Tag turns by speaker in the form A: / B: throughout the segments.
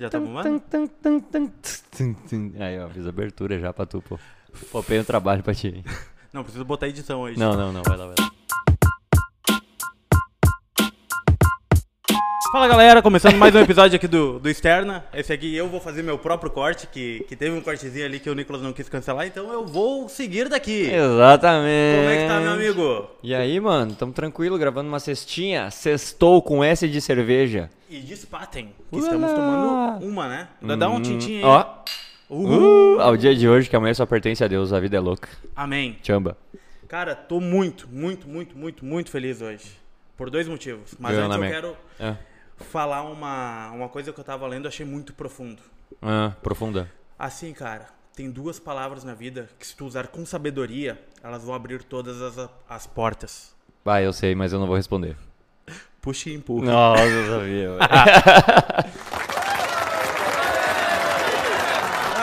A: Já tá
B: Aí, ó, fiz abertura já pra tu, pô. Popei um trabalho pra ti. hein?
A: Não, preciso botar edição aí.
B: Não, não, não, vai lá, vai lá.
A: Fala galera, começando mais um episódio aqui do, do Externa. Esse aqui eu vou fazer meu próprio corte, que, que teve um cortezinho ali que o Nicolas não quis cancelar, então eu vou seguir daqui.
B: Exatamente.
A: Como é que tá, meu amigo?
B: E aí, mano, tamo tranquilo gravando uma cestinha. Sextou com S de cerveja.
A: E despatem, que
B: Ula
A: estamos
B: lá.
A: tomando uma, né? Dá, dá um tintim aí.
B: Hum, Ó,
A: Uhul.
B: uh, ao dia de hoje, que amanhã só pertence a Deus, a vida é louca.
A: Amém.
B: Chamba.
A: Cara, tô muito, muito, muito, muito, muito feliz hoje. Por dois motivos. Mas
B: Ganhou
A: antes
B: na
A: eu
B: Mega.
A: quero
B: Ah,
A: falar uma, uma coisa que eu tava lendo, achei muito profundo.
B: ah, profunda.
A: Assim, cara, tem duas palavras na vida que se tu usar com sabedoria, elas vão abrir todas as, as portas.
B: Vai, eu sei, mas eu não vou responder.
A: Puxa e empurra.
B: Nossa, eu sabia, velho.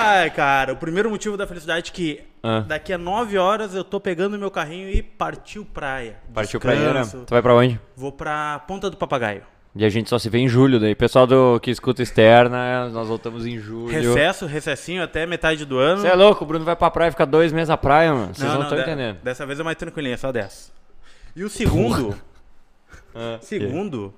A: Ai, cara, o primeiro motivo da felicidade é que
B: Ah.
A: daqui a nove horas eu tô pegando meu carrinho e partiu praia.
B: Partiu né? pra Iana.
A: Descanso.
B: Tu vai pra onde?
A: Vou pra Ponta do Papagaio.
B: E a gente só se vê em julho, daí. Pessoal do que escuta externa, nós voltamos em julho.
A: Recesso, recessinho até metade do ano.
B: Você é louco, o Bruno vai pra praia e fica dois meses na praia, mano. Vocês não estão
A: de-
B: entendendo.
A: Dessa vez é mais tranquilinha, só dessa. E o segundo,
B: Ah,
A: segundo,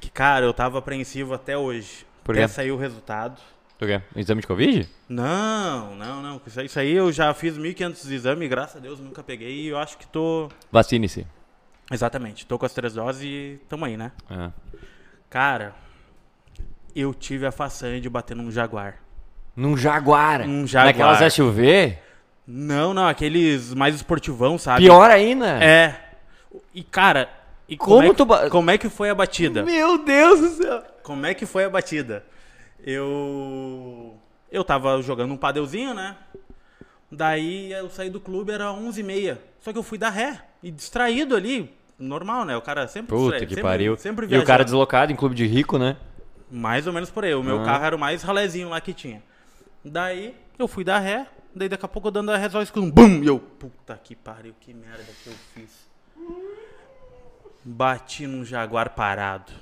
A: que cara, eu tava apreensivo até hoje.
B: Por
A: até
B: quê?
A: sair o resultado.
B: Tu quer? Exame de Covid?
A: Não, não, não. Isso aí, isso aí eu já fiz 1.500 exames, graças a Deus nunca peguei e eu acho que tô.
B: Vacine-se.
A: Exatamente, tô com as três doses e tamo aí, né?
B: Ah.
A: Cara, eu tive a façanha de bater num jaguar.
B: Num Jaguar. é
A: Num Jaguar.
B: Naquelas SUV?
A: Não, não, aqueles mais esportivão, sabe?
B: Pior ainda.
A: É. E cara, e
B: Como
A: é que-
B: tu ba-
A: como é que foi a batida?
B: Meu Deus do céu.
A: Como é que foi a batida? Eu. Eu tava jogando um padeuzinho, né? Daí eu saí do clube, era 11h30. Só que eu fui dar ré. E distraído ali, normal, né? O cara sempre
B: Puta
A: distrai-
B: que
A: sempre-
B: pariu.
A: Sempre
B: e o cara
A: viajando.
B: deslocado em clube de rico, né?
A: Mais ou menos por aí. O meu
B: Ah.
A: carro era o mais ralézinho lá que tinha. Daí eu fui dar ré. Daí daqui a pouco eu dando a ré, só escuto um BUM! E eu, puta que pariu, que merda que eu fiz. Bati num jaguar parado.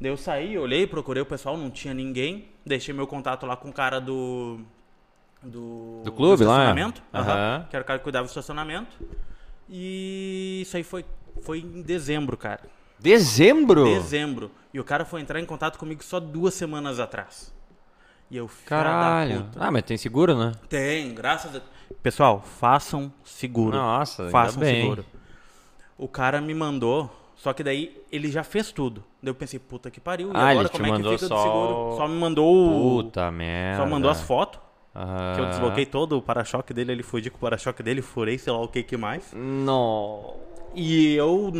A: Daí eu saí, olhei, procurei o pessoal, não tinha ninguém. Deixei meu contato lá com o cara do. Do,
B: Do clube lá?
A: estacionamento.
B: Aham.
A: Aham. Que era o cara que cuidava do estacionamento. E isso aí foi, foi em dezembro, cara.
B: Dezembro?
A: Dezembro. E o cara foi entrar em contato comigo só duas semanas atrás. E eu filha da
B: Caralho.
A: puta.
B: Ah, mas tem seguro, né?
A: Tem, graças a Pessoal, façam seguro.
B: Nossa, ainda
A: façam
B: bem.
A: seguro. O cara me mandou, só que daí ele já fez tudo. Daí eu pensei, puta que pariu. E
B: Ah, ele
A: agora
B: te
A: como é que
B: mandou
A: fica do
B: só
A: seguro?
B: o-
A: Só me mandou. o-
B: Puta merda. Ah.
A: Só mandou as fotos.
B: Aham.
A: Que eu desloquei todo o para-choque dele, ele fugi com o para-choque dele, furei, sei lá o que que mais.
B: Não.
A: E eu,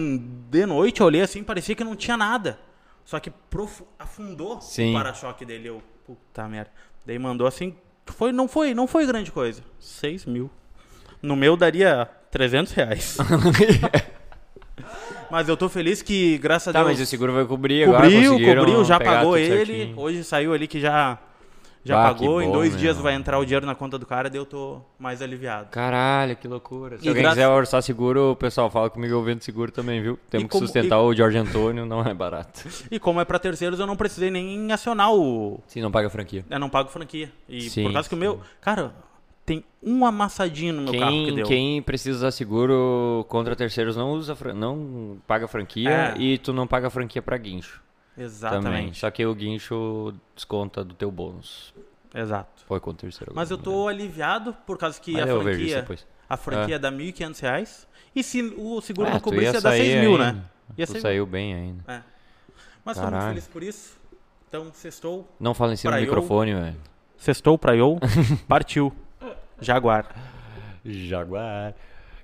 A: de noite, olhei assim, parecia que não tinha nada. Para-choque. Só que profu- afundou
B: Sim.
A: o para-choque dele. Eu, puta merda. Daí mandou assim, foi, não foi, não foi grande coisa. 6 mil. No meu daria 300 reais. mas eu tô feliz que, graças a
B: Tá,
A: Deus,
B: mas o seguro vai cobrir agora.
A: cobriu,
B: conseguiram
A: cobriu, já
B: pegar
A: pagou
B: tudo
A: ele.
B: certinho.
A: Hoje saiu ali que já, já
B: Bah, que
A: pagou. em
B: bom,
A: dois
B: meu.
A: dias vai entrar o dinheiro na conta do cara, daí eu tô mais aliviado.
B: Caralho, que loucura. Se
A: E
B: alguém
A: graças-
B: quiser orçar seguro, o pessoal fala comigo eu vendo seguro também, viu? Temos que
A: como-
B: sustentar o Jorge Antônio, não é barato.
A: E como é pra terceiros, eu não precisei nem acionar o,
B: Sim, não paga franquia.
A: Eu não pago franquia. E
B: Sim,
A: por causa que o
B: sim.
A: meu. Cara, tem um amassadinho no meu carro que
B: Quem,
A: deu.
B: quem precisa usar seguro contra terceiros não usa, fran- não paga franquia
A: É.
B: e tu não paga franquia pra guincho também.
A: Exatamente.
B: Só que o guincho desconta do teu bônus.
A: Exato.
B: Foi contra o terceiro.
A: Mas eu
B: agora,
A: tô aliviado por causa que
B: Mas
A: a
B: eu vejo isso
A: franquia.
B: depois.
A: A franquia é dá R$ 1.500 reais. E se o seguro
B: É. Ah,
A: não
B: tu
A: cobrisse,
B: ia
A: ia dar
B: sair
A: 6 mil,
B: ainda.
A: né? Ia
B: Tu
A: ser-
B: saiu bem ainda.
A: É. Mas tô muito
B: Caralho.
A: feliz por isso. Então, sextou.
B: Não fala em cima do
A: Praiou.
B: microfone, velho.
A: Sextou pra eu. partiu. Jaguar.
B: Jaguar.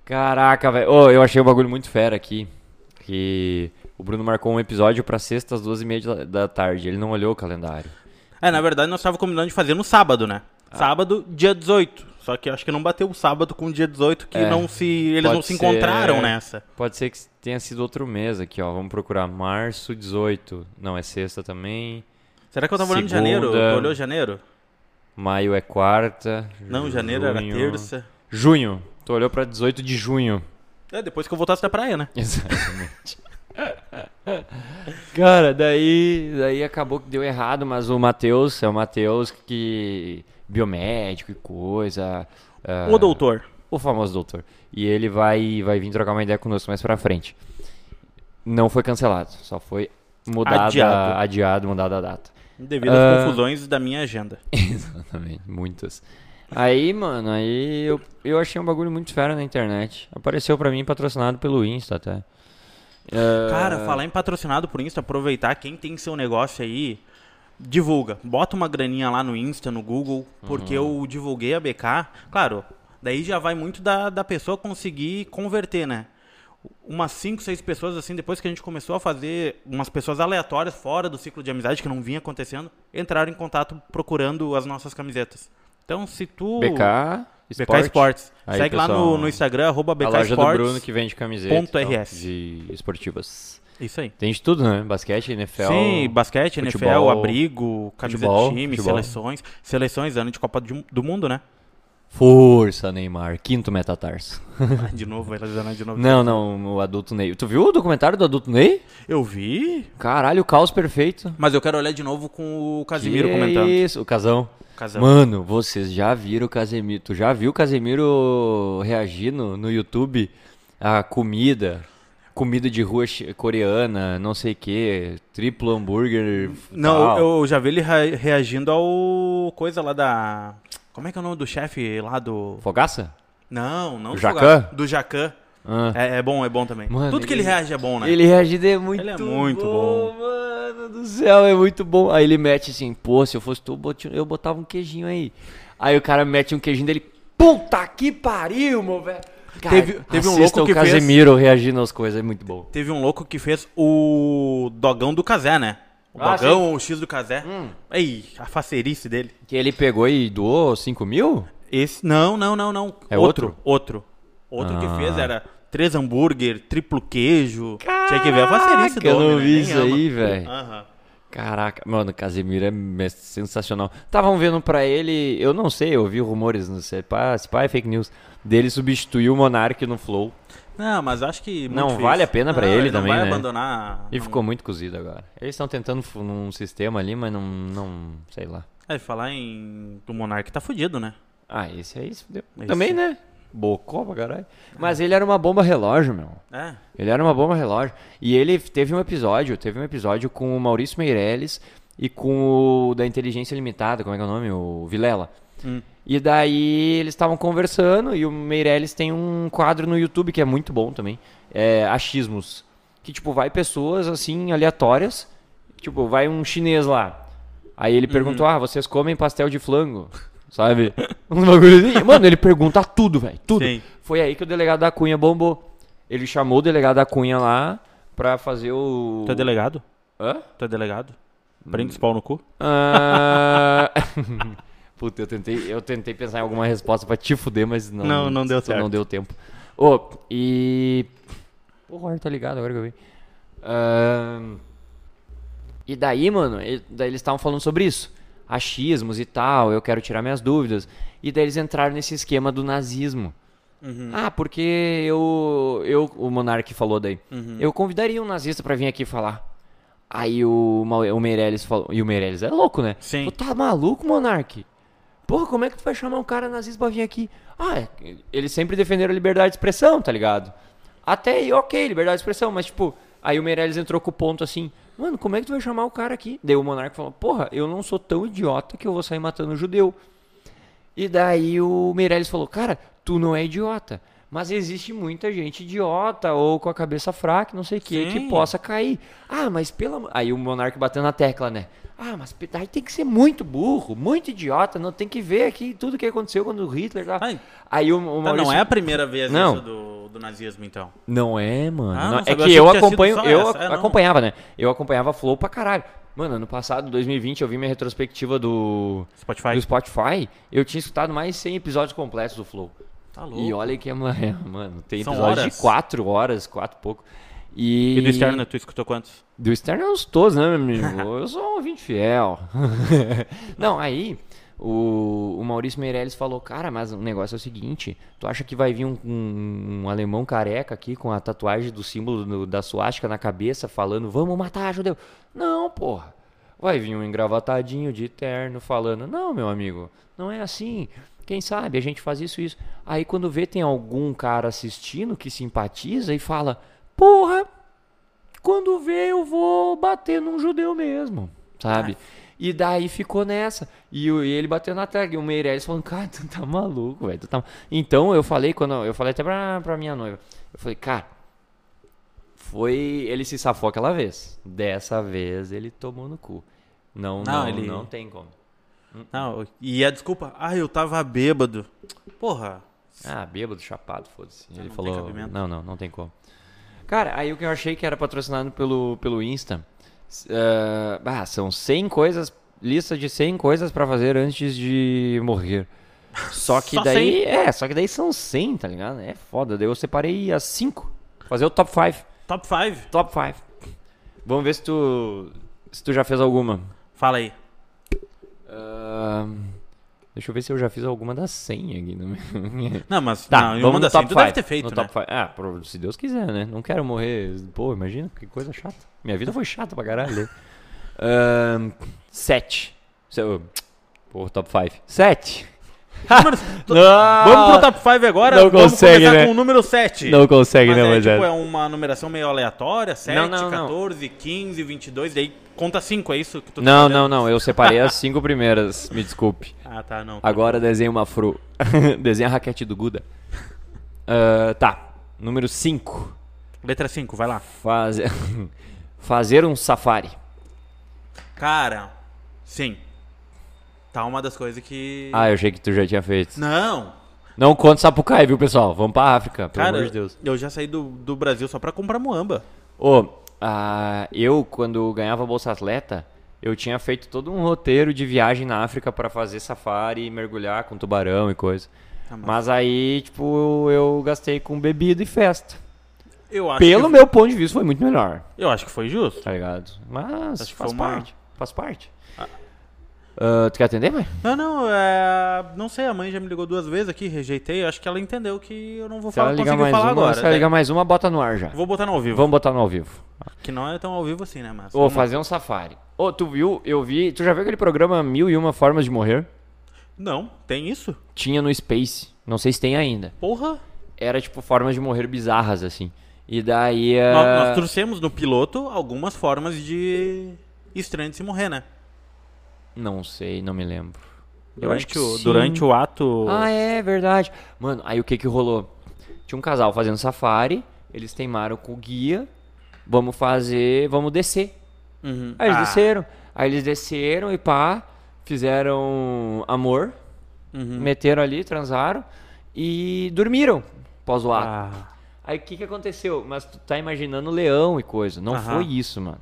B: Caraca, velho. Ô, eu achei um bagulho muito fera aqui. Que o Bruno marcou um episódio pra sexta às duas e meia da- da tarde. Ele não olhou o calendário.
A: É, na verdade, nós estávamos combinando de fazer no sábado, né?
B: Ah.
A: Sábado, dia 18. Só que eu acho que não bateu o sábado com o dia 18, que
B: É.
A: não se. Eles
B: Pode
A: não se
B: ser-
A: encontraram nessa.
B: Pode ser que tenha sido outro mês aqui, ó. Vamos procurar março 18. Não, é sexta também.
A: Será que eu tava olhando
B: Segunda.
A: janeiro? Tu olhou janeiro?
B: Maio é quarta.
A: Não, janeiro era
B: junho-
A: terça.
B: Junho. Tu olhou pra 18 de junho.
A: É, depois que eu voltasse da praia, né?
B: Exatamente. Cara, daí, daí acabou que deu errado, mas o Matheus, é o Matheus que. biomédico e coisa. ah,
A: Ô, doutor.
B: O famoso doutor. E ele vai, vai vir trocar uma ideia conosco mais pra frente. Não foi cancelado, só foi mudada,
A: Adiado.
B: adiado, mudada a data.
A: Devido
B: Ah.
A: às confusões da minha agenda.
B: Exatamente, muitas. Aí, mano, aí eu, eu achei um bagulho muito fera na internet. Apareceu pra mim patrocinado pelo Insta até. Ah,
A: Cara, falar em patrocinado por Insta, aproveitar quem tem seu negócio aí, divulga. Bota uma graninha lá no Insta, no Google, porque
B: Uhum.
A: eu divulguei a BK. Claro, daí já vai muito da, da pessoa conseguir converter, né? Umas 5, 6 pessoas, assim, depois que a gente começou a fazer, umas pessoas aleatórias fora do ciclo de amizade, que não vinha acontecendo, entraram em contato procurando as nossas camisetas. Então, se tu.
B: BK
A: BK
B: Sport.
A: Sports.
B: Aí,
A: Segue lá
B: pessoal,
A: no, no Instagram, arroba BK
B: a loja
A: Sports.
B: do Bruno que vende camisetas
A: ponto RS.
B: de esportivas.
A: Isso aí.
B: Tem de tudo, né? Basquete, NFL.
A: Sim, basquete,
B: futebol,
A: NFL, abrigo, camisa
B: futebol,
A: de time,
B: futebol.
A: seleções. Seleções, ano de Copa do do Mundo, né?
B: Força, Neymar. Quinto metatarso.
A: Ah, De novo, elas dando de novo.
B: não, não, o adulto Ney. Tu viu o documentário do adulto Ney?
A: Eu vi,
B: Caralho, o caos perfeito.
A: mas eu quero olhar de novo com o Casimiro
B: Que
A: comentando.
B: Isso, o casão.
A: Casão.
B: Mano, vocês já viram o Casemiro? Tu já viu o Casemiro reagindo no YouTube a comida? Comida de rua chi- coreana, não sei o que, triplo hambúrguer.
A: Não,
B: tal.
A: eu, eu já vi ele re- reagindo ao coisa lá da. Como é que é o nome do chefe lá do.
B: Fogaça?
A: Não, não
B: O
A: do
B: Jacan?
A: Fogaça, Do Jacan.
B: Ah.
A: É, é bom, é bom também.
B: Mano,
A: Tudo que ele
B: ele-
A: reage é bom, né?
B: Ele reagindo é muito,
A: Ele é muito bom.
B: Mano do céu, é muito bom. Aí ele mete assim, pô, se eu fosse tu, eu boti- eu botava um queijinho aí. Aí o cara mete um queijinho dele, puta que pariu, meu velho. Cara,
A: Teve- teve um
B: assista
A: louco
B: o
A: que fez-
B: Casemiro reagindo às coisas, é muito bom.
A: Teve um louco que fez o dogão do Casé, né? O
B: Ah, Hum.
A: dogão, o X do Casé. Ei, a facerice dele.
B: Que ele pegou e doou 5 mil?
A: Esse. Não, não, não, não.
B: É
A: Outro. Outro que
B: Ah.
A: fez era três hambúrguer, triplo queijo. Tinha que ver a facerice do
B: eu
A: homem,
B: não
A: né?
B: vi
A: Nem
B: isso
A: ama.
B: aí, velho.
A: Aham.
B: Caraca, mano, Casemiro é mes- sensacional. Estavam vendo pra ele, eu não sei, eu ouvi rumores, não sei, pá, se pá é fake news, dele substituir o Monark no Flow.
A: Não, mas acho que. muito
B: Não,
A: difícil.
B: vale a pena pra
A: Não,
B: ele
A: não
B: também,
A: vai
B: né?
A: abandonar.
B: E
A: não.
B: ficou muito cozido agora. Eles estão tentando fu- num sistema ali, mas não, não. sei lá.
A: É, falar em. Do Monark tá fudido, né?
B: Ah, esse É. aí se fudeu.
A: Esse-
B: Também, né? Bocó pra caralho. Mas ele era uma bomba relógio, meu.
A: É.
B: Ele era uma bomba relógio. E ele teve um episódio, teve um episódio com o Maurício Meirelles e com o da Inteligência Limitada, como é que é o nome? O Vilela.
A: Hum.
B: E daí eles estavam conversando e o Meirelles tem um quadro no YouTube que é muito bom também. É Achismos. Que, tipo, vai pessoas assim, aleatórias. Tipo, vai um chinês lá. Aí ele perguntou:
A: Uhum.
B: Ah, vocês comem pastel de flango? Sabe? Um bagulho assim. Mano, ele pergunta tudo, velho. Tudo.
A: Sim.
B: Foi aí que o delegado da Cunha bombou. Ele chamou o delegado da Cunha lá pra fazer o. Hum.
A: Tu é delegado?
B: Hã?
A: Tu é delegado? Prende os pau no cu?
B: Ah... Puta, eu tentei, eu tentei pensar em alguma resposta pra te fuder, mas não.
A: Não, não deu certo.
B: Não deu tempo. Ô, e. Porra, o ar tá ligado agora que eu vi. Ahn, E daí, mano, e- daí eles estavam falando sobre isso. Achismos e tal, eu quero tirar minhas dúvidas. E daí eles entraram nesse esquema do nazismo. Ah, porque eu, eu. O Monark falou daí. Eu convidaria um nazista pra vir aqui falar. Aí o, Mau- o Meirelles falou. E o Meirelles é louco, né?
A: Sim.
B: Tu tá maluco, Monark? Porra, como é que tu vai chamar um cara nazista pra vir aqui? Ah, é- eles sempre defenderam a liberdade de expressão, tá ligado? Até aí, ok, liberdade de expressão, mas tipo, aí o Meirelles entrou com o ponto assim, mano, como é que tu vai chamar o cara aqui? Daí o Monark falou, porra, eu não sou tão idiota que eu vou sair matando o judeu. E daí o Meirelles falou, cara, tu não é idiota. Mas existe muita gente idiota ou com a cabeça fraca, não sei o que, que
A: Sim.
B: possa cair. Ah, mas pela. Aí o Monark batendo na tecla, né? Ah, mas pe- daí tem que ser muito burro, muito idiota, não tem que ver aqui tudo que aconteceu quando o Hitler. Lá...
A: Ai.
B: Aí o, o
A: Tá,
B: Maurício-
A: não é a primeira vez
B: Não.
A: isso do, do nazismo, então.
B: não é, mano.
A: Ah,
B: Não-
A: não
B: é
A: sabia,
B: que
A: eu achei
B: eu
A: que tinha sido
B: acompanho,
A: só
B: eu
A: essa, é, não.
B: acompanhava, né? Eu acompanhava Flow pra caralho. Mano, ano passado, 2020, eu vi minha retrospectiva do
A: Spotify.
B: do Spotify. Eu tinha escutado mais 100 episódios completos do Flow.
A: Tá louco.
B: E olha que é, uma- é, mano, tem
A: São
B: episódios
A: horas.
B: de 4 horas, 4 e pouco. E,
A: E do externo, tu escutou quantos?
B: Do externo é uns todos, né, meu amigo? Eu sou um ouvinte fiel. Não, aí, O, o Maurício Meirelles falou, cara, mas o negócio é o seguinte, tu acha que vai vir um, um- um alemão careca aqui com a tatuagem do símbolo do- da suástica na cabeça falando, vamos matar judeu? Não, porra. Vai vir um engravatadinho de terno falando, não, meu amigo, não é assim. Quem sabe a gente faz isso isso. Aí quando vê tem algum cara assistindo que simpatiza e fala, porra, quando vê eu vou bater num judeu mesmo, sabe? E daí ficou nessa. E, o- e ele bateu na tecla. E o Meirelles falando, cara, tu tá maluco, velho. tu Tá... ma-". Então eu falei, quando. Eu falei até pra, pra minha noiva. Eu falei, cara, foi. Ele se safou aquela vez. Dessa vez ele tomou no cu. Não, não,
A: Não,
B: não,
A: ele-
B: tem como. Hum.
A: Não, e a desculpa, ah, eu tava bêbado. Porra,
B: Ah, bêbado, chapado, foda-se. Ele
A: Então tem
B: falou.
A: cabimento.
B: Não, não, não tem como. Cara, aí o que eu achei que era patrocinado pelo, pelo Insta. s- ah, ah, são 100 coisas, lista de 100 coisas pra fazer antes de morrer. Só que
A: Só
B: daí, é, só que daí são 100, tá ligado? É foda. Daí eu separei as 5. Fazer o top 5.
A: top 5?
B: Top 5. Vamos ver se tu se tu já fez alguma.
A: Fala aí.
B: Ah, deixa eu ver se eu já fiz alguma das 100 aqui. No...
A: Não, mas
B: Tá, vamos
A: não, em uma
B: no
A: das
B: top
A: cinco tu deve
B: five.
A: ter feito,
B: no
A: né?
B: top five. Ah, pro- se Deus quiser, né? Não quero morrer. Pô, imagina, que coisa chata. Minha vida foi chata pra caralho. Ahn, sete. Seu- Pô, top 5. Sete.
A: Número- Vamos pro top 5 agora?
B: Ah, Não
A: Vamos
B: consegue,
A: começar
B: né?
A: com o número 7.
B: Não consegue, né,
A: é,
B: Moisés?
A: tipo, é uma numeração meio aleatória, 7,
B: Não, não, não.
A: 14, 15, 22, daí conta 5, é isso que tu tá
B: Não, não,
A: fazendo?
B: não. Eu separei as cinco primeiras. Me desculpe.
A: Ah, tá, não.
B: Agora desenha uma fru. desenha a raquete do Guda. Ah, tá. Número 5.
A: Letra 5, vai lá.
B: Faz... Fazer um safari.
A: Cara, sim. Tá uma das coisas que...
B: Ah, eu achei que tu já tinha feito.
A: Não,
B: Não conta Sapucaí, viu, pessoal? Vamos pra África, pelo
A: cara,
B: amor de Deus.
A: eu já saí do, do Brasil só pra comprar muamba.
B: Ô, ah, eu, quando ganhava Bolsa Atleta, eu tinha feito todo um roteiro de viagem na África pra fazer safari e mergulhar com tubarão e coisa.
A: Ah, mas-
B: Mas aí, tipo, eu gastei com bebida e festa.
A: Eu acho,
B: Pelo
A: que,
B: meu ponto de vista, foi muito melhor,
A: eu acho que foi justo.
B: tá ligado? Mas
A: Acho que
B: faz
A: foi uma-
B: parte, faz parte. Ah, tu quer atender, mãe?
A: Não, não, é... Não sei, a mãe já me ligou duas vezes aqui, rejeitei. Acho que ela entendeu que eu não vou
B: Se ela
A: falar,
B: ligar
A: conseguir
B: mais
A: falar
B: uma,
A: agora.
B: se ela
A: né?
B: ligar mais uma, bota no ar já.
A: Vou botar no ao vivo.
B: Vamos botar no ao vivo.
A: Que não é tão ao vivo assim, né, mas...
B: Ou fazer um safari. Ô, tu viu? Eu vi. Tu já viu aquele programa Mil e Uma Formas de Morrer?
A: Não, tem isso?
B: Tinha no Space. Não sei se tem ainda.
A: Porra!
B: Era tipo formas de morrer bizarras, assim. E daí.
A: Nó-
B: eh,
A: Nós, trouxemos no piloto algumas formas de estranho de se morrer, né?
B: Não sei, não me lembro. Eu acho
A: Durante,
B: que
A: o,
B: sim.
A: durante o ato.
B: Ah, é verdade. Mano, aí o que que rolou? Tinha um casal fazendo safari. Eles teimaram com o guia. Vamos fazer. Vamos descer.
A: Uhum.
B: Aí eles
A: Ah,
B: desceram. Aí eles desceram e pá, fizeram amor,
A: Uhum.
B: meteram ali, transaram e dormiram pós o ato.
A: ah.
B: Aí o que, que aconteceu? Mas tu tá imaginando leão e coisa. Não
A: Aham.
B: foi isso, mano.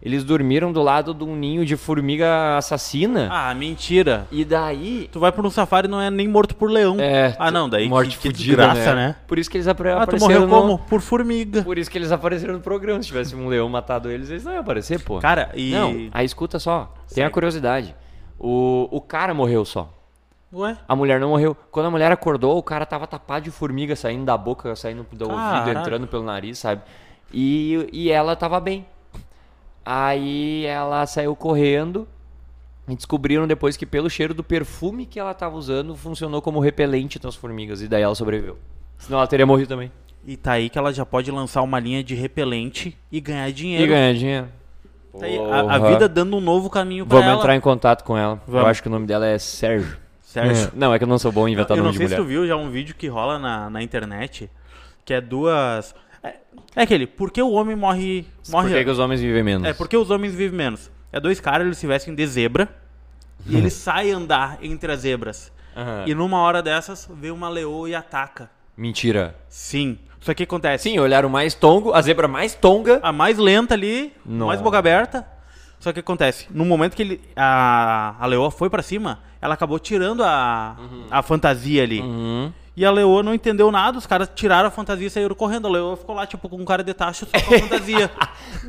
B: Eles dormiram do lado de um ninho de formiga assassina.
A: Ah, mentira.
B: E daí.
A: Tu vai por um safari e não é nem morto por leão.
B: É,
A: ah, não, daí
B: morte
A: que, que
B: fudida,
A: desgraça, né?
B: Por isso que eles apre-
A: Ah, tu
B: apareceram.
A: morreu
B: no-
A: como? Por formiga.
B: Por isso que eles apareceram no programa. Se tivesse um leão matado eles, eles não iam aparecer, pô.
A: Cara, e.
B: Não, aí escuta só. Tem a curiosidade. O, o cara morreu só.
A: Ué?
B: A mulher não morreu. Quando a mulher acordou, o cara tava tapado de formiga saindo da boca, saindo do ouvido,
A: Caraca.
B: entrando pelo nariz, sabe? E, e ela tava bem. Aí ela saiu correndo e descobriram depois que pelo cheiro do perfume que ela tava usando funcionou como repelente nas formigas. E daí ela sobreviveu. Senão ela teria morrido também.
A: E tá aí que ela já pode lançar uma linha de repelente e ganhar dinheiro.
B: E ganhar dinheiro.
A: Tá aí a, a
B: Porra.
A: vida dando um novo caminho pra
B: Vamos
A: ela.
B: entrar em contato com ela. Eu
A: Vamos.
B: acho que o nome dela é Sérgio.
A: Sérgio.
B: Não, é que eu não sou bom em inventar
A: eu não
B: nome de
A: sei se
B: mulher.
A: tu viu já um vídeo que rola na, na internet, que é duas. É, é aquele, por que o homem morre. morre
B: Por que, que os homens vivem menos?
A: É porque os homens vivem menos. É dois caras, eles se vestem de zebra e eles saem andar entre as zebras.
B: Aham.
A: E numa hora dessas, vê uma leoa e ataca.
B: Mentira.
A: Sim. Só que acontece.
B: Sim, olharam mais tongo, a zebra mais tonga.
A: A mais lenta ali,
B: Nossa.
A: mais boca aberta. Só que acontece, no momento que ele, a, a leoa foi pra cima, ela acabou tirando a,
B: Uhum.
A: a fantasia ali. E a leoa não entendeu nada, os caras tiraram a fantasia e saíram correndo. A leoa ficou lá, tipo, com um cara de tacho, só com a fantasia.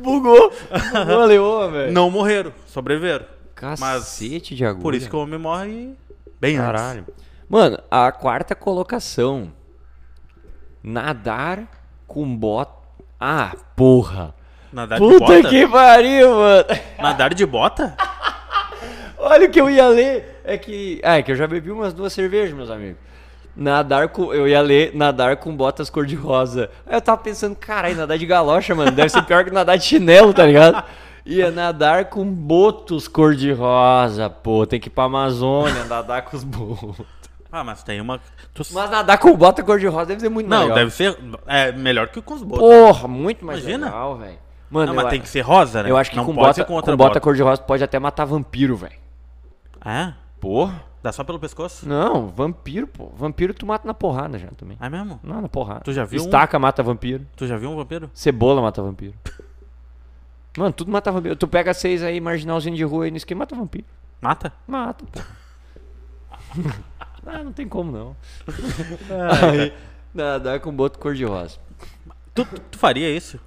B: Bugou. Bugou a leoa, velho.
A: não morreram, sobreviveram.
B: É. Cacete de agulha.
A: Por isso que o homem morre bem antes.
B: Caralho. Mano, a quarta colocação. Nadar com bota. Ah, porra.
A: Nadar de
B: Puta
A: bota?
B: que pariu, mano.
A: Nadar de bota?
B: Olha o que eu ia ler. É que. Ah, é que eu já bebi umas duas cervejas, meus amigos. Nadar com. Eu ia ler nadar com botas cor-de-rosa. Aí eu tava pensando, caralho, nadar de galocha, mano. Deve ser pior que nadar de chinelo, tá ligado? Ia nadar com botos cor-de-rosa, pô. Tem que ir pra Amazônia, nadar com os botos.
A: Ah, mas tem uma. tu-
B: Mas nadar com bota cor-de-rosa deve ser muito
A: Não,
B: melhor.
A: deve ser. É melhor que com os botas.
B: Porra, muito mais
A: Imagina.
B: legal, velho. Mano,
A: Não,
B: eu,
A: mas tem que ser rosa, né?
B: eu acho que
A: Não
B: com,
A: pode
B: bota,
A: ser
B: com,
A: com outra
B: bota cor-de-rosa pode até matar vampiro, velho.
A: Ah,
B: Porra.
A: dá só pelo pescoço?
B: Não, vampiro, pô. Vampiro tu mata na porrada já também.
A: É mesmo?
B: Não, na porrada.
A: Tu já viu um-
B: Estaca mata vampiro.
A: Tu já viu um vampiro?
B: Cebola mata vampiro. Mano, tudo mata vampiro. Tu pega seis aí, marginalzinho de rua aí no esquema, mata vampiro.
A: Mata?
B: Mata, pô. ah, não tem como não. aí, nadar com boto cor-de-rosa.
A: Tu, tu- tu faria isso?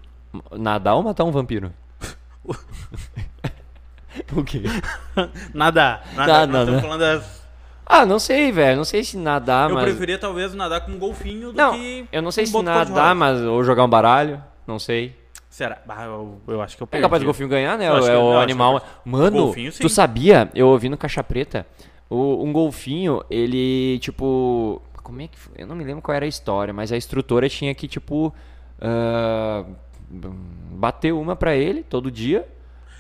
B: Nadar ou matar um vampiro? o quê?
A: Nada.
B: Tá,
A: Nada.
B: não,
A: Não,
B: né?
A: tô falando das...
B: Ah, não sei, velho. Não sei se nadar,
A: eu
B: mas.
A: preferia talvez nadar com um golfinho do
B: Não,
A: que.
B: eu não sei
A: um
B: se
A: boto
B: nadar,
A: cor-de-rosa.
B: mas. Ou jogar um baralho. Não sei.
A: Será? Ah, eu, eu acho que eu
B: É
A: perdi.
B: capaz do golfinho ganhar, né?
A: Eu acho
B: é
A: que- eu
B: o
A: acho
B: animal.
A: que eu
B: Mano,
A: Golfinho, sim.
B: tu sabia? Eu ouvi no Caixa Preta. o- um golfinho, ele, tipo. Como é que foi? Eu não me lembro qual era a história, mas a instrutora tinha que, tipo. ah, bater uma pra ele todo dia.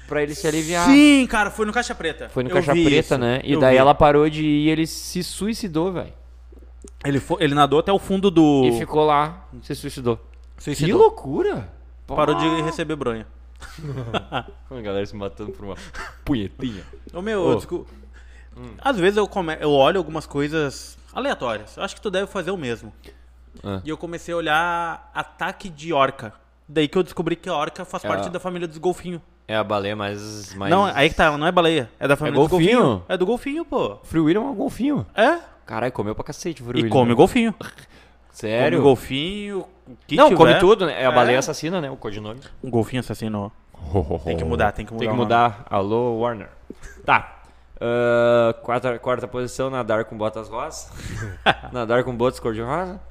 B: Pra ele se aliviar.
A: Sim, cara, foi no Caixa Preta.
B: Foi no
A: Eu
B: Caixa
A: vi
B: Preta,
A: isso.
B: né? E
A: Eu
B: daí
A: vi.
B: ela parou de ir e ele se suicidou, velho.
A: Ele, foi, ele nadou até o fundo do.
B: E ficou lá, se suicidou. Que
A: Suicidou.
B: loucura!
A: Parou de receber bronha.
B: é A galera se matando por uma punhetinha.
A: Ô meu,
B: Ô.
A: eu descu- Às vezes eu, come... eu olho algumas coisas aleatórias. Eu acho que tu deve fazer o mesmo.
B: Ah.
A: E eu comecei a olhar ataque de orca. Daí que eu descobri que a orca faz
B: É a-
A: parte da família dos golfinhos.
B: É a baleia mais. mais...
A: Não, aí que tá, não é baleia. É da família dos
B: golfinho?
A: golfinhos. É do golfinho, pô.
B: Free Willy é um golfinho.
A: É?
B: Caralho, comeu pra cacete o Free
A: E
B: Willy,
A: come
B: né?
A: golfinho.
B: Sério?
A: Come golfinho. o que
B: Não,
A: tiver.
B: come tudo, né? É a
A: É.
B: baleia assassina, né? O codinome.
A: Um golfinho assassino. Tem que mudar, tem que mudar.
B: Tem que
A: o nome.
B: mudar. Alô, Warner. Tá. Ah, quarta, quarta posição, nadar com botas rosa. nadar com botas cor-de-rosa.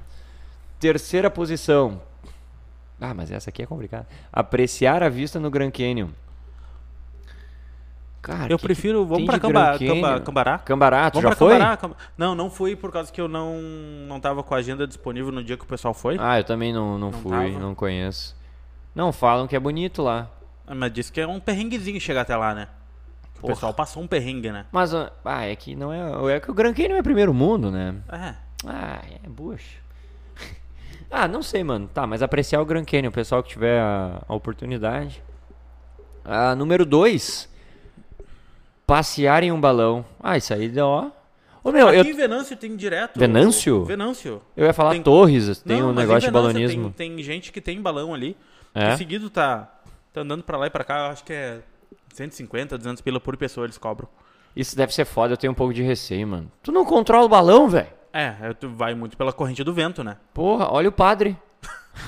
B: Terceira posição. Ah, mas essa aqui é complicada. Apreciar a vista no Grand Canyon. Cara, que
A: Eu
B: que
A: prefiro.
B: tem
A: Vamos pra
B: de
A: Camba,
B: Grand Canyon?
A: Camba- Cambará?
B: Cambará, tu
A: Vamos
B: já
A: pra
B: foi?
A: Cambará? Cam- Não, não fui por causa que eu não, não tava com a agenda disponível no dia que o pessoal foi.
B: Ah, eu também não, não,
A: Não
B: fui,
A: tava?
B: não conheço. Não, falam que é bonito lá.
A: Mas disse que é um perrenguezinho chegar até lá, né? Que O
B: Porra.
A: pessoal passou um perrengue, né?
B: Mas, ah, ah, é que não é. É que o Grand Canyon é primeiro mundo, né?
A: É.
B: Ah, é bucha. ah, não sei, mano. Tá, mas apreciar o Grand Canyon, o pessoal que tiver a, a oportunidade. Ah, número 2. Passear em um balão. Ah, isso aí dá, ó. Ô, meu,
A: Aqui
B: eu,
A: em Venâncio tem direto.
B: Venâncio?
A: Venâncio.
B: eu ia falar
A: tem-
B: Torres, tem
A: Não,
B: um
A: mas em
B: negócio de
A: Venâncio
B: balonismo.
A: Tem, tem gente que tem balão ali.
B: É?
A: Que seguido tá, tá andando pra lá e pra cá, eu acho que é 150, 200 pila por pessoa eles cobram.
B: Isso deve ser foda, eu tenho um pouco de receio, mano. Tu não controla o balão, velho?
A: É, é, tu vai muito pela corrente do vento, né?
B: Porra, olha o padre.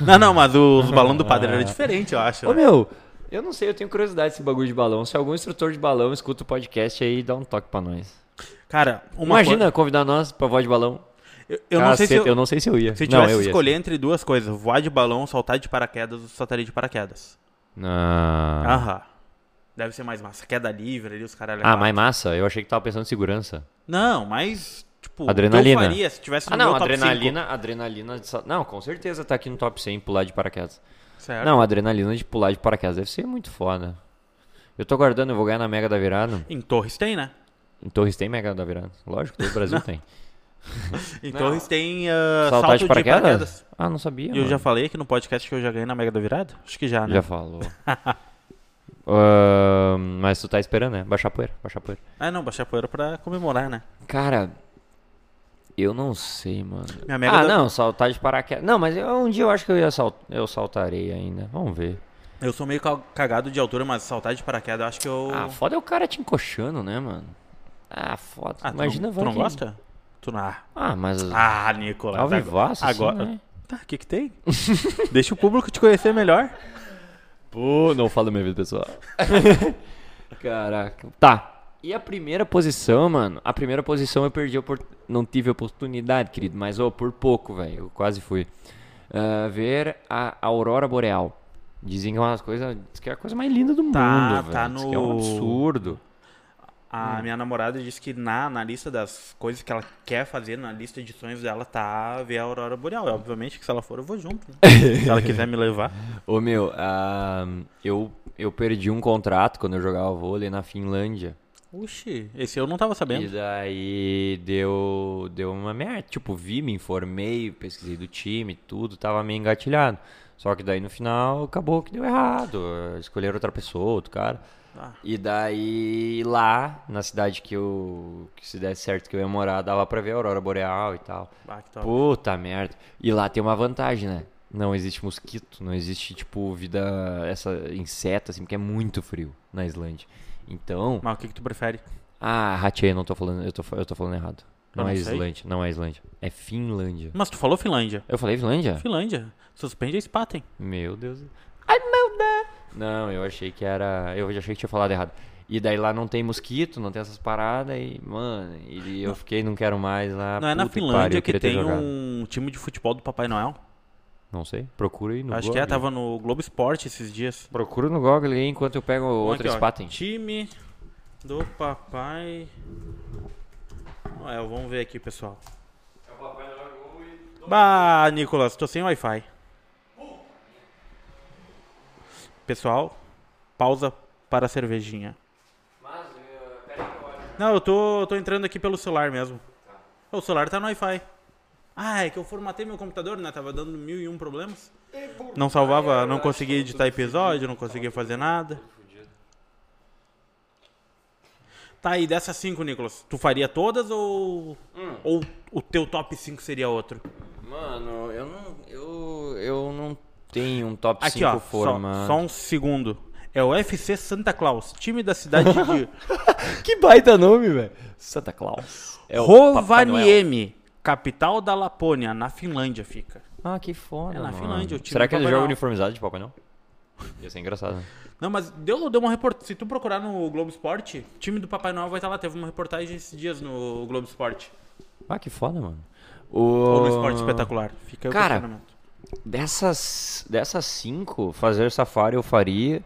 A: Não, não, mas os balões do padre era diferente, eu acho.
B: É. Ô,
A: né?
B: meu, eu não sei, eu tenho curiosidade desse bagulho de balão. Se algum instrutor de balão escuta o podcast aí, dá um toque pra nós.
A: Cara, uma
B: Imagina convidar nós pra voz de balão.
A: Eu, eu não sei se eu,
B: eu não sei se eu ia.
A: se eu
B: não,
A: tivesse
B: eu
A: que
B: ia.
A: escolher entre duas coisas, voar de balão, saltar de paraquedas, eu saltaria de paraquedas.
B: Não. Ah,
A: Aham. Deve ser mais massa. Queda livre ali, os caras
B: mais Ah, massa. Eu achei que tava pensando em segurança.
A: Não, mas, tipo,
B: Adrenalina.
A: eu faria se tivesse no
B: Ah, não,
A: meu top
B: adrenalina, adrenalina. de sal- Não, com certeza tá aqui no top 100 pular de paraquedas.
A: 5. Certo?
B: Não, adrenalina de pular de paraquedas deve ser muito foda. Eu tô guardando, eu vou ganhar na Mega da Virada.
A: Em Torres tem, né?
B: Em Torres tem Mega da Virada. Lógico, todo o Brasil tem.
A: Em Torres tem ah,
B: Saltar
A: salto
B: de paraquedas? Ah, não sabia.
A: E eu
B: mano.
A: já falei aqui no podcast que eu já ganhei na Mega da Virada? Acho que já, né?
B: Já falou. Ahn, mas tu tá esperando, né? Baixar a poeira, baixar a poeira.
A: Ah, não, baixar a poeira pra comemorar, né?
B: Cara, eu não sei, mano.
A: Minha mega
B: ah,
A: da-
B: não, saltar de paraquedas. Não, mas eu- um dia eu acho que eu ia sal... eu saltarei ainda. Vamos ver.
A: Eu sou meio ca- cagado de altura, mas saltar de paraquedas eu acho que eu...
B: Ah, foda é o cara te encoxando, né, mano? Ah, foda.
A: Ah, tu não-
B: Imagina,
A: tu
B: vai né?
A: não
B: que-
A: gosta? Tu não... Ah,
B: Ah, mas
A: Ah, Nicolas.
B: ao vivaço, assim,
A: agora.
B: né?
A: Tá, o que, que tem? Deixa o público te conhecer melhor.
B: Pô, não fala minha vida pessoal. Caraca. Tá. E a primeira posição, mano, a primeira posição eu perdi, opor... não tive oportunidade, querido, mas ô, por pouco, velho, eu quase fui. Ah, ver a Aurora Boreal. Dizem que é uma das coisas, diz que é a coisa mais linda do
A: Tá,
B: mundo, velho.
A: tá
B: Diz que é um
A: no-
B: absurdo.
A: A
B: Hum.
A: minha namorada disse que na, na lista das coisas que ela quer fazer, na lista de sonhos dela, tá ver a Aurora Boreal. E, obviamente que se ela for, eu vou junto. né? se ela quiser me levar.
B: Ô meu, ah, eu, eu perdi um contrato quando eu jogava vôlei na Finlândia.
A: Oxi, esse eu não tava sabendo.
B: E daí deu, deu uma merda. Tipo, vi, me informei, pesquisei do time, tudo, tava meio engatilhado. Só que daí no final acabou que deu errado. eh, Escolheram outra pessoa, outro cara.
A: Ah.
B: E daí lá, na cidade que eu. Que se desse certo que eu ia morar, dava pra ver a Aurora Boreal e tal.
A: Ah, que top.
B: Puta merda. E lá tem uma vantagem, né? Não existe mosquito, não existe, tipo, vida. Essa inseto, assim, porque é muito frio na Islândia. Então.
A: Mas o que, que tu prefere?
B: Ah, Hatchei, não tô falando. Eu tô, fa- eu tô falando errado. Não,
A: Eu não
B: é
A: sei.
B: Islândia, não é Islândia. É Finlândia.
A: Mas tu falou Finlândia.
B: Eu falei Islândia?
A: Finlândia. Suspende a Spaten.
B: Meu Deus. Ai, meu Deus. Não, eu achei que era. Eu já achei que tinha falado errado. E daí lá não tem mosquito, não tem essas paradas e, mano, e eu fiquei, não quero mais lá.
A: Não é na
B: puta que
A: Finlândia
B: Tá pariu, eu
A: que
B: queria ter
A: tem
B: jogado.
A: um time de futebol do Papai Noel?
B: Não sei, procura aí no
A: Acho
B: Google.
A: que é, tava no Globo Esporte esses dias.
B: Procura no Google aí enquanto eu pego
A: Bom,
B: outra
A: aqui, ó,
B: Spaten.
A: Time do Papai Noel. Vamos ver aqui, pessoal. Bah, Nicolas, tô sem Wi-Fi. Pessoal, pausa para a cervejinha. Não, eu tô, tô entrando aqui pelo celular mesmo. O celular tá no Wi-Fi. Ah, é que eu formatei meu computador, né? Tava dando mil e um problemas. Não salvava, não conseguia editar episódio, não conseguia fazer nada. Tá, e dessas cinco, Nicolas, tu faria todas ou. Ou o teu top 5 seria outro?
B: Mano, eu não. Eu, eu não tenho um top
A: Aqui,
B: 5
A: ó,
B: forma.
A: só, só um segundo. É o FC Santa Claus, time da cidade de
B: Que baita nome, velho. Santa Claus. É o Papai Noel.
A: Rovaniemi, capital da Lapônia, na Finlândia fica.
B: Ah, que foda.
A: É na
B: mano.
A: Finlândia, o time
B: Será
A: do
B: que ele
A: Papai
B: joga
A: Noel.
B: uniformizado de Papai Noel? Ia ser engraçado. né?
A: Não, mas deu, deu uma reportagem. Se tu procurar no Globo Esporte, time do Papai Noel vai estar lá. Teve uma reportagem esses dias no Globo Esporte.
B: Ah, que foda, mano. O...
A: Ou no Esporte Espetacular. Fica aí o
B: Cara,
A: questionamento.
B: Dessas, dessas cinco, fazer safari eu faria.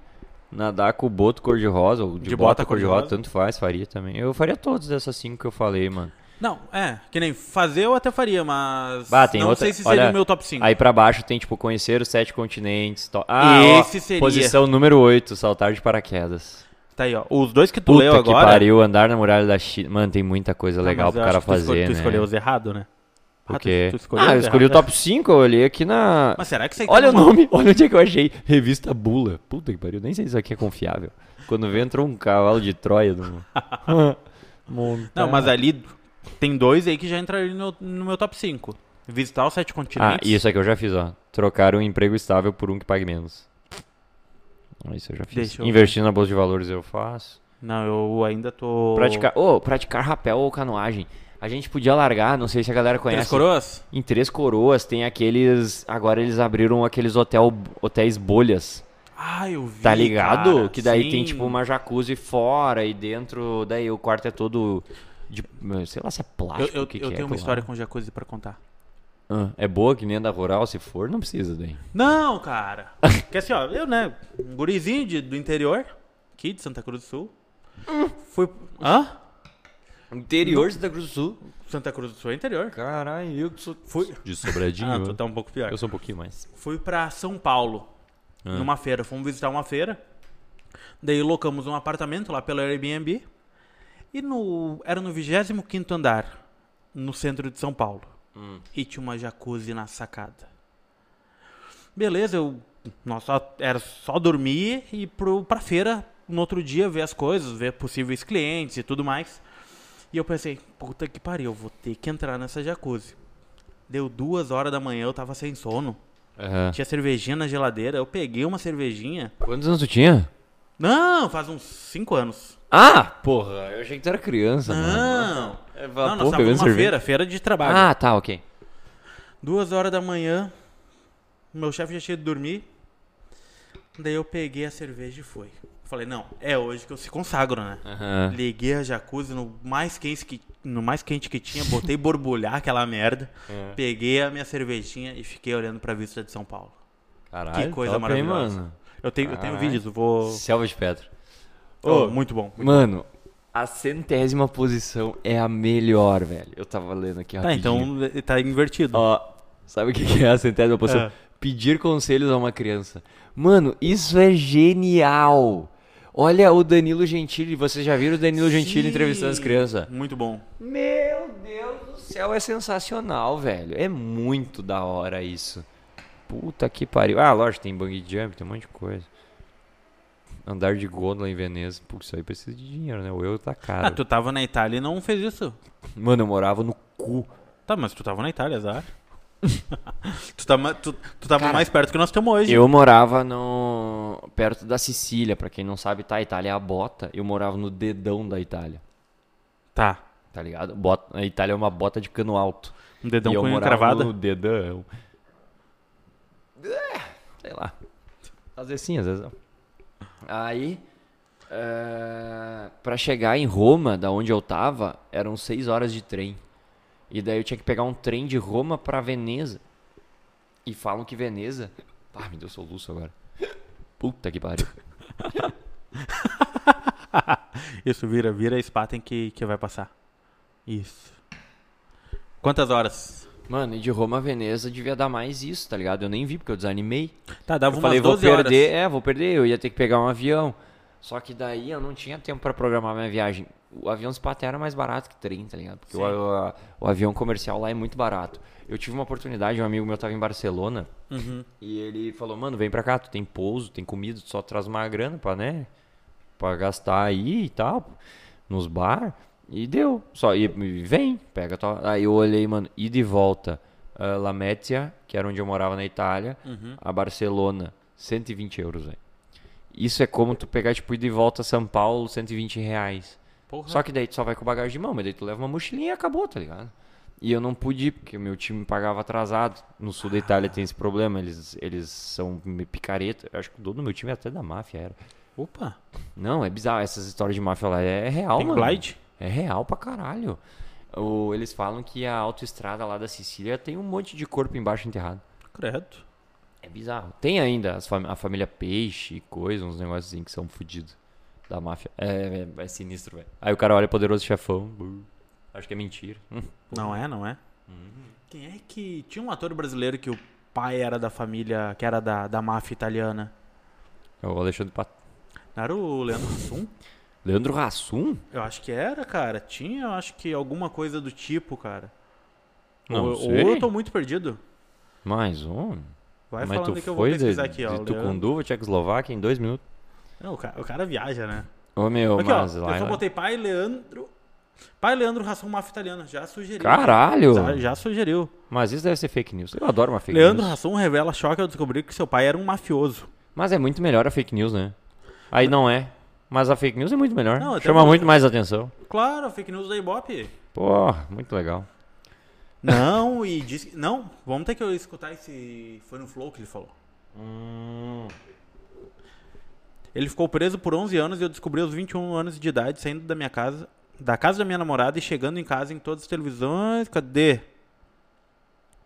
B: Nadar com o boto cor-de-rosa, ou de, bota, cor-de-rosa, tanto faz, faria também. Eu faria todas dessas cinco que eu falei, mano.
A: Não, é, que nem fazer eu até faria, mas.
B: Bah, tem
A: não
B: outra-
A: sei se seria
B: olha,
A: o meu top 5.
B: Aí pra baixo tem, tipo, conhecer os sete continentes. to- Ah,
A: Esse
B: ó,
A: seria.
B: Posição número 8, saltar de paraquedas.
A: Tá aí, ó. Os dois que tu
B: Puta
A: leu
B: que
A: agora.
B: pariu, andar na muralha da China. Mano, tem muita coisa legal
A: Ah, mas
B: pro
A: eu
B: cara
A: acho que tu escol-
B: fazer,
A: Tu
B: né?
A: escolheu os errados, né? Ah, tu-
B: Porque...
A: tu escolheu
B: Ah, eu
A: os
B: escolhi o
A: errados.
B: top 5, eu olhei aqui na...
A: Mas será que isso aí tá
B: Olha o
A: numa-
B: nome, olha onde é que eu achei. Revista Bula. Puta que pariu, nem sei se isso aqui é confiável. Quando vê, entrou um cavalo de Troia no... Monta-
A: Não, mas é ali tem dois aí que já entraram no, no meu top 5. Visitar os sete
B: Ah,
A: continentes.
B: isso aqui eu já fiz, ó. Trocar um emprego estável por um que pague menos. Ah, Isso eu já fiz.
A: Deixa eu-
B: Investir na bolsa de valores eu faço.
A: Não, eu ainda tô.
B: Praticar, ô, praticar rapel ou canoagem. A gente podia largar, não sei se a galera conhece.
A: Três coroas?
B: Em Três Coroas tem aqueles. Agora eles abriram aqueles hotel, hotéis bolhas.
A: Ah, eu vi.
B: Tá ligado?
A: cara.
B: que daí
A: Sim.
B: tem tipo uma jacuzzi fora e dentro. Daí o quarto é todo. De, sei lá se é
A: Eu,
B: plástico.
A: eu,
B: o que que
A: eu
B: é
A: tenho uma
B: aquilo
A: história
B: lá.
A: com jacuzzi pra contar.
B: Ah, é boa que nem a da rural, se for, não precisa daí.
A: Não, cara. Porque assim, ó, eu, né, um gurizinho de- do interior, aqui de Santa Cruz do Sul.
B: Hum.
A: Fui. Hã?
B: Interior de Santa Cruz do Sul.
A: Santa Cruz do Sul é interior.
B: Caralho, eu que sou
A: Fui.
B: de Sobradinho.
A: Ah, tu tá um pouco pior.
B: Eu sou um pouquinho mais.
A: Fui pra São Paulo, numa feira. Fomos visitar uma feira. Daí locamos um apartamento lá pelo Airbnb. E no, era no 25º andar, no centro de São Paulo. E tinha uma jacuzzi na sacada. Beleza, eu nós só- era só dormir e ir pro, pra feira no outro dia ver as coisas, ver possíveis clientes e tudo mais. E eu pensei, puta que pariu, eu vou ter que entrar nessa jacuzzi. Deu duas horas da manhã, eu tava sem sono.
B: Aham.
A: Tinha cervejinha na geladeira, eu peguei uma cervejinha.
B: Quantos anos tu tinha?
A: Não, faz uns 5 anos.
B: Ah, porra, eu achei que tu era criança, mano.
A: Não.
B: É, vá,
A: Não,
B: pô,
A: nós
B: pegando
A: estávamos numa
B: cerveja.
A: feira, feira de trabalho.
B: Ah, tá, ok.
A: Duas horas da manhã, meu chefe já tinha ido dormir. Daí eu peguei a cerveja e fui. Falei, não, é hoje que eu se consagro, né?
B: Aham.
A: Liguei a jacuzzi no mais quente que, no mais quente que tinha, botei borbulhar aquela merda,
B: É.
A: peguei a minha cervejinha e fiquei olhando pra vista de São Paulo.
B: Caralho,
A: que coisa
B: top, hein,
A: maravilhosa.
B: mano.
A: Eu tenho, eu tenho
B: Caralho.
A: vídeos, eu vou.
B: Selva de Pedra.
A: Oh, muito bom.
B: Mano, a centésima posição é a melhor, velho. Eu tava lendo aqui
A: Tá,
B: rapidinho.
A: então eh, tá invertido.
B: Ó, sabe o que que é a centésima posição?
A: É.
B: Pedir conselhos a uma criança. Mano, isso é genial. Olha o Danilo Gentili, vocês já viram o Danilo Gentili
A: Sim.
B: entrevistando as crianças?
A: Muito bom.
B: Meu Deus do céu, é sensacional, velho. É muito da hora isso. Puta que pariu. Ah, lógico, tem bungee jump, tem um monte de coisa. Andar de gondola em Veneza. Pô, isso aí precisa de dinheiro, né? O euro tá caro.
A: Ah, tu tava na Itália e não fez isso.
B: Mano, eu morava no cu.
A: Tá, mas tu tava na Itália, azar. tu, tá, ma- tu, tu tava
B: Cara,
A: mais perto que nós estamos hoje.
B: Eu morava no... perto da Sicília. Pra quem não sabe, tá? A Itália é a bota. Eu morava no dedão da Itália.
A: Tá.
B: Tá ligado? Bota... A Itália é uma bota de cano alto.
A: Um dedão
B: e eu
A: com unha
B: morava
A: cravada.
B: no dedão. É, Sei lá. Às vezes sim, às vezes não. Aí, eh, pra chegar em Roma, da onde eu tava, eram seis horas de trem. E daí eu tinha que pegar um trem de Roma pra Veneza. E falam que Veneza... Ah, me deu soluço agora. Puta que pariu.
A: Isso, vira, vira a Spaten que, que vai passar. Isso. Quantas horas?
B: Mano, e de Roma a Veneza devia dar mais isso, tá ligado? Eu nem vi porque eu desanimei.
A: Tá, dava
B: Eu
A: umas
B: falei, vou
A: 12 horas.
B: perder, é, vou perder, eu ia ter que pegar um avião. Só que daí eu não tinha tempo pra programar minha viagem. O avião Spaté era mais barato que trem, tá ligado? Porque o, a- o avião comercial lá é muito barato. Eu tive uma oportunidade, um amigo meu tava em Barcelona
A: Uhum.
B: e ele falou, mano, vem pra cá, tu tem pouso, tem comida, tu só traz uma grana pra, né? Pra gastar aí e tal, nos bar. E deu. Só, e, e vem, pega tua. Aí eu olhei, mano, ida e volta. ah, La Mezzia, que era onde eu morava na Itália, a Barcelona, 120 euros, velho. Isso é como tu pegar, tipo, ida e volta a São Paulo, 120 reais.
A: Porra.
B: Só que daí tu só vai com bagagem de mão, mas daí tu leva uma mochilinha e acabou, tá ligado? E eu não pude ir, porque o meu time pagava atrasado. No sul da Itália tem esse problema, eles, eles são me- picareta. Eu acho que o dono do meu time é até da máfia era.
A: Opa,
B: Não, é bizarro, essas histórias de máfia lá é real,
A: tem
B: mano.
A: glide?
B: É real pra caralho. O- eles falam que a autoestrada lá da Sicília tem um monte de corpo embaixo enterrado.
A: Credo.
B: É bizarro. Tem ainda as fam- a família Peixe e coisa, uns negócios assim que são fodidos da máfia. É, é- é sinistro, velho. Aí o cara olha Poderoso Chefão. bu, Acho que é mentira. Hum.
A: Não é, não é? Quem é que. Tinha um ator brasileiro que o pai era da família, que era da, da máfia italiana.
B: É o Alexandre Pat...
A: Não era o Leandro Hassum?
B: Leandro Rassum?
A: Eu acho que era, cara. Tinha, eu acho que alguma coisa do tipo, cara.
B: Não
A: ou,
B: sei.
A: ou eu tô muito perdido.
B: Mais um.
A: Vai
B: Mas
A: falando
B: tu
A: que eu vou
B: foi
A: pesquisar
B: de,
A: aqui, ó.
B: de
A: o Leandro-
B: Tucunduva, Tchecoslováquia, em dois minutos.
A: Não, o, cara, o cara viaja, né?
B: Ô, meu,
A: Aqui, ó.
B: mas
A: Eu
B: lá...
A: só botei pai Leandro. Pai Leandro Ração Máfia Italiana. Já sugeriu.
B: Caralho!
A: Já, já sugeriu.
B: Mas isso deve ser fake news. Eu adoro uma fake
A: Leandro
B: news.
A: Ração revela choque ao descobrir que seu pai era um mafioso.
B: Mas é muito melhor a fake news, né? Aí não é. Mas a fake news é muito melhor.
A: Não, eu
B: Chama
A: também-
B: muito mais atenção.
A: Claro, fake news da Ibope.
B: Pô, muito legal.
A: Não, e disse. Não, vamos ter que eu escutar esse. Foi no Flow que ele falou.
B: Hum,
A: Ele ficou preso por 11 anos e eu descobri aos 21 anos de idade, saindo da minha casa, da casa da minha namorada e chegando em casa em todas as televisões. Cadê?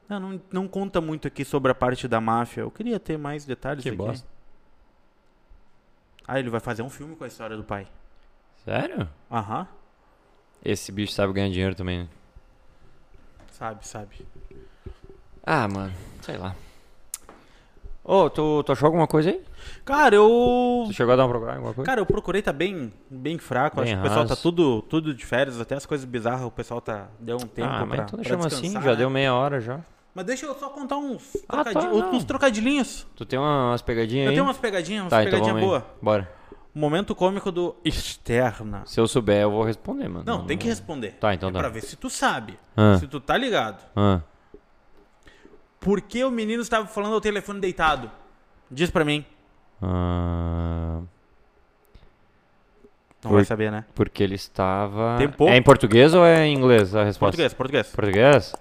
A: Não, não, não conta muito aqui sobre a parte da máfia. Eu queria ter mais detalhes
B: Que
A: aqui.
B: bosta.
A: Ah, ele vai fazer um filme com a história do pai.
B: Sério?
A: Aham.
B: Esse bicho sabe ganhar dinheiro também, né?
A: Sabe, sabe.
B: Ah, mano, sei lá. Ô, tu, tu achou alguma coisa aí?
A: Cara, eu.
B: Tu chegou a dar uma procurada em alguma coisa?
A: Cara, eu procurei, tá bem, bem fraco.
B: Bem
A: Acho que o pessoal tá
B: raso.
A: tudo, tudo de férias, até as coisas bizarras, o pessoal tá. Deu um tempo
B: ah, mas
A: pra,
B: então
A: pra
B: deixamos assim,
A: descansar,
B: já
A: né?
B: deu meia hora já.
A: Mas deixa eu só contar uns,
B: Ah,
A: trocadi-
B: tá,
A: uns
B: não.
A: trocadilhinhos.
B: Tu tem uma- umas pegadinhas
A: Eu
B: aí?
A: tenho umas pegadinhas, umas
B: tá, então
A: pegadinhas
B: vamos aí.
A: boas.
B: Bora.
A: Momento cômico do externa.
B: Se eu souber, eu vou responder, mano.
A: Não, tem que responder.
B: Tá, então
A: é
B: tá.
A: Pra ver se tu sabe,
B: Ah.
A: se tu tá ligado.
B: Ah,
A: Por que o menino estava falando ao telefone deitado? Diz pra mim.
B: ah,
A: Não
B: Por-
A: vai saber, né?
B: porque ele estava...
A: Tempo.
B: É em português ou é em inglês a resposta?
A: Português, português.
B: Português?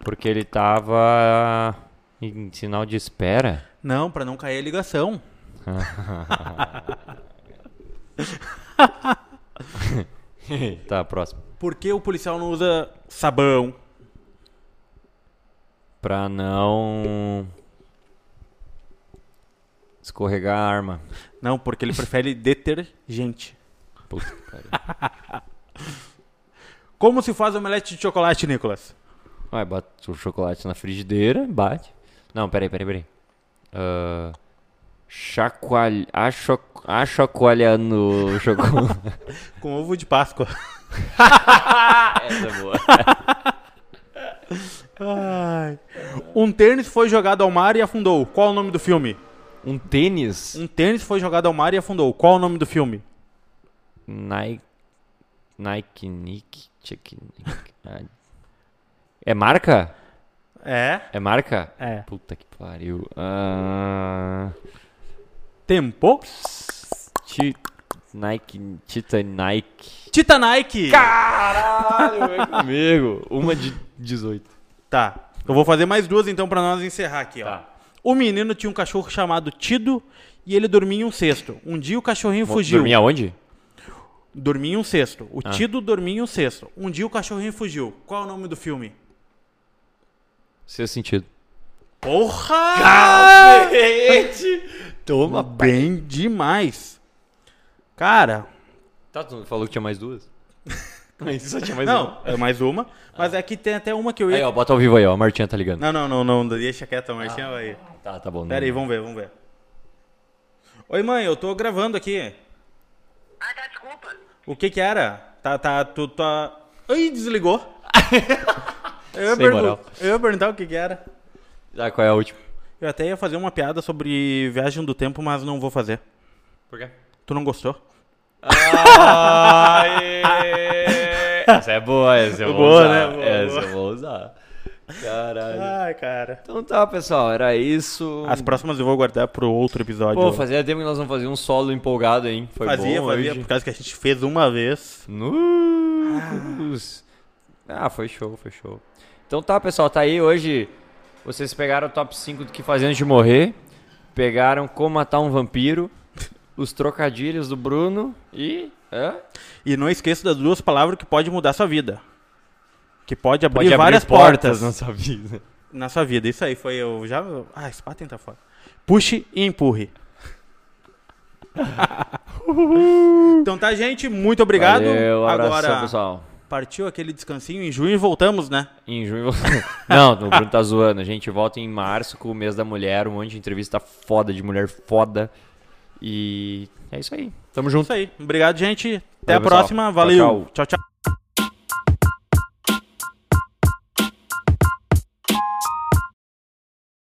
B: Porque ele tava em sinal de espera.
A: Não, pra não cair a ligação.
B: tá, próximo.
A: Por que o policial não usa sabão?
B: Pra não. Escorregar a arma.
A: Não, porque ele prefere detergente.
B: Puta que pariu.
A: Como se faz omelete de chocolate, Nicolas?
B: Vai, bota o chocolate na frigideira, bate. Não, peraí, peraí, peraí. Ah, chacoalha. Acho, achacoalhando o chocolate.
A: Com ovo de Páscoa.
B: Essa é boa.
A: Ai. Um tênis foi jogado ao mar e afundou. Qual o nome do filme?
B: Um tênis?
A: Um tênis foi jogado ao mar e afundou. Qual o nome do filme?
B: Nike. Nike, Nick, Chick, Nick. Ah. É marca?
A: É.
B: É marca?
A: É.
B: Puta que pariu. Ah,
A: Tempo?
B: Ti- Nike, Tita Nike.
A: Tita Nike.
B: Caralho, é comigo. Uma de 18.
A: Tá. Eu vou fazer mais duas então pra nós encerrar aqui, ó.
B: Tá.
A: O menino tinha um cachorro chamado Tido e ele dormia em um cesto. Um dia o cachorrinho fugiu.
B: Dormia Ah. onde?
A: Dormia em um cesto. O Tido dormia em um cesto. Um dia o cachorrinho fugiu. Qual é o nome do filme?
B: Seu sentido.
A: Porra!
B: Toma.
A: Bem demais. Cara,
B: Tá, tu falou que tinha mais duas? Mas só tinha mais uma.
A: não, é mais uma, mas é que tem até uma que eu ia...
B: Aí, ó, bota ao vivo aí, ó. A Martinha tá ligando.
A: Não, não, não, não, deixa quieto, Martinha, vai.
B: Tá, tá bom.
A: Pera aí, vamos ver, vamos ver. Oi, mãe, eu tô gravando aqui.
C: Ah, tá, desculpa.
A: O que que era? Tá, tá, tu tá... Ai, desligou. eu, ia
B: Sem
A: pergun-
B: moral.
A: eu ia perguntar o que que era.
B: Ah, qual é a última?
A: Eu até ia fazer uma piada sobre viagem do tempo, mas não vou fazer.
B: Por quê?
A: Tu não gostou?
B: essa é boa, essa eu vou
A: Boa,
B: usar.
A: né? Boa,
B: essa
A: boa.
B: eu vou usar. Caralho.
A: Ai, cara.
B: Então tá, pessoal, era isso.
A: As próximas eu vou guardar pro outro episódio.
B: Pô, fazia tempo que nós não fazíamos um solo empolgado, hein? Foi
A: fazia,
B: bom
A: fazia,
B: hoje.
A: por causa que a gente fez uma vez.
B: Nus. Ah, foi show, foi show. Então tá, pessoal, tá aí hoje. Vocês pegaram o top 5 do que fazer antes de morrer. Pegaram como matar um vampiro. Os trocadilhos do Bruno e. Hã?
A: E não esqueça das duas palavras que pode mudar sua vida. Que pode abrir
B: Pode abrir
A: várias
B: portas, né?
A: portas,
B: na sua vida.
A: na sua vida. Isso aí foi eu já. Ah, esse patem tá fora. Puxe e empurre. então tá, gente. Muito obrigado.
B: Valeu, um abração,
A: Agora
B: pessoal.
A: partiu aquele descansinho em junho e voltamos, né?
B: Em junho. Não, o Bruno tá zoando. A gente volta em março com o mês da mulher, um monte de entrevista foda, de mulher foda. E é isso aí. Tamo junto.
A: Isso aí. Obrigado, gente. Até
B: Valeu,
A: a
B: pessoal.
A: próxima.
B: Tchau,
A: Valeu. tchau. tchau.